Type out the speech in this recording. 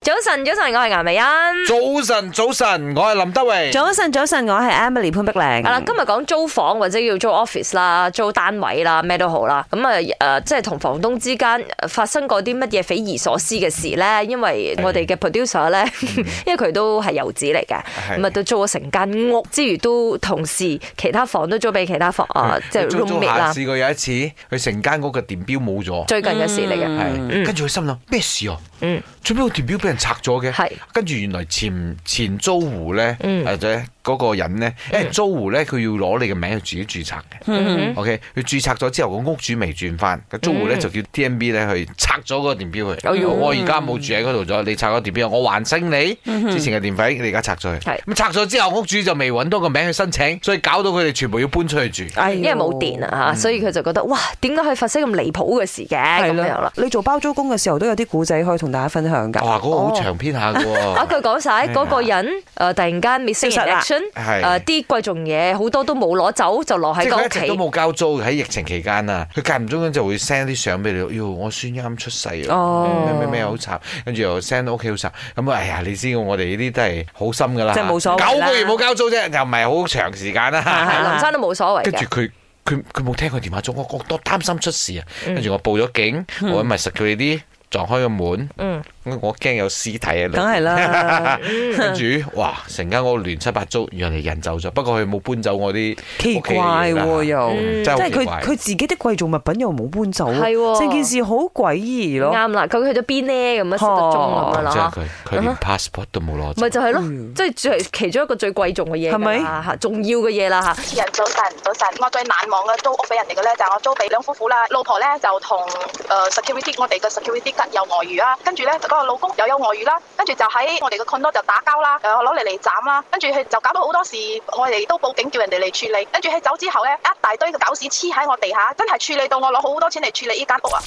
晨，早晨，我係顏美欣。早晨，早晨，我係林德榮。早晨，早晨，我係 Emily 潘碧玲。係啦，啊今日講租房或者要租 office 啦、租單位啦，咩都好啦。咁啊誒，即係同房東之間呃發生過啲乜嘢匪夷所思嘅事咧？因為我哋嘅 producer 咧， 因為佢都係遊子嚟嘅，咁啊都租咗成間屋之餘，都同時其他房都租俾其他房啊，即係佢租租 roommate 下啦。試過有一次，佢成間屋嘅電錶冇咗，最近嘅事嚟嗯嘅，係跟住佢心諗咩事啊？嗯，做咩我電錶俾人拆咗嘅？係跟住原來前前租户咧，嗯或者嗰個人咧，因為租户咧佢要攞你嘅名去自己註冊嘅。嗯 OK，佢註冊咗之後，個屋主未轉翻，個租户咧就叫 TMB 咧去拆咗嗰個電錶哎佢。哦呦我而家冇住喺嗰度咗，你拆咗電錶，我還清你之前嘅電費，你而家拆咗嗯係佢。咁拆咗之後，屋主就未揾到個名去申請，所以搞到佢哋全部要搬出去住。哎呦因為冇電啊嚇，所以佢就覺得哇，點解可以發生咁離譜嘅事嘅咁係咯樣哦啦？你做包租公嘅時候都有啲古仔可以同大家分享㗎。哇，嗰個好長篇下嘅 啊！喎。佢講晒係啊嗰個人，誒、突然間 missing 消失 in 啦 action，係誒啲貴重嘢好多都冇攞走，就留即喺係佢個一直都屋企。冇交租嘅喺疫情期間啊，佢間唔中就會 send 啲相俾你，喲我孫啱出世啊，哦咩咩咩好慘，跟住又 send 到屋企好慘，咁啊哎呀，你知我哋呢啲都係好心噶啦，即係冇所謂啦啊九個月冇交租啫，又唔係好長時間啦。係林生都冇所謂跟嘅住。佢佢佢冇聽佢電話鐘，我我多擔心出事啊，嗯跟住我報咗警，我咪實佢哋啲撞開個門，嗯我我驚有屍體喺度梗。係啦，跟住，哇！成間屋亂七八糟，原來人走咗。不過佢冇搬走我啲奇屋企嘅怪嘢啦喎又，嗯即真係好係奇佢怪佢自己啲貴重物品又冇搬走，啊係喎成件事好詭異咯。啱啦，究竟去咗邊呢？咁樣失咗蹤咁樣真啦哦係嚇佢，佢連 passport 都冇攞咪走。就係咯，即係最其中一個最貴重嘅嘢係咪㗎啦嚇，重要嘅嘢啦嚇。人早晨，早晨。我最難忘嘅租屋俾人哋嘅咧，就係我租俾兩夫婦啦。老婆咧就同誒、呃 security，我哋嘅 security guard 有外遇啦，跟住咧嗰個老公又有外遇啦，跟住就喺我哋嘅 condo 就打交啦，誒攞嚟嚟斬啦，跟住佢就搞到好多事，我哋都報警叫人哋嚟處理。跟住佢走之後咧，一大堆嘅狗屎黐喺我地下，真係處理到我攞好多錢嚟處理呢間屋啊！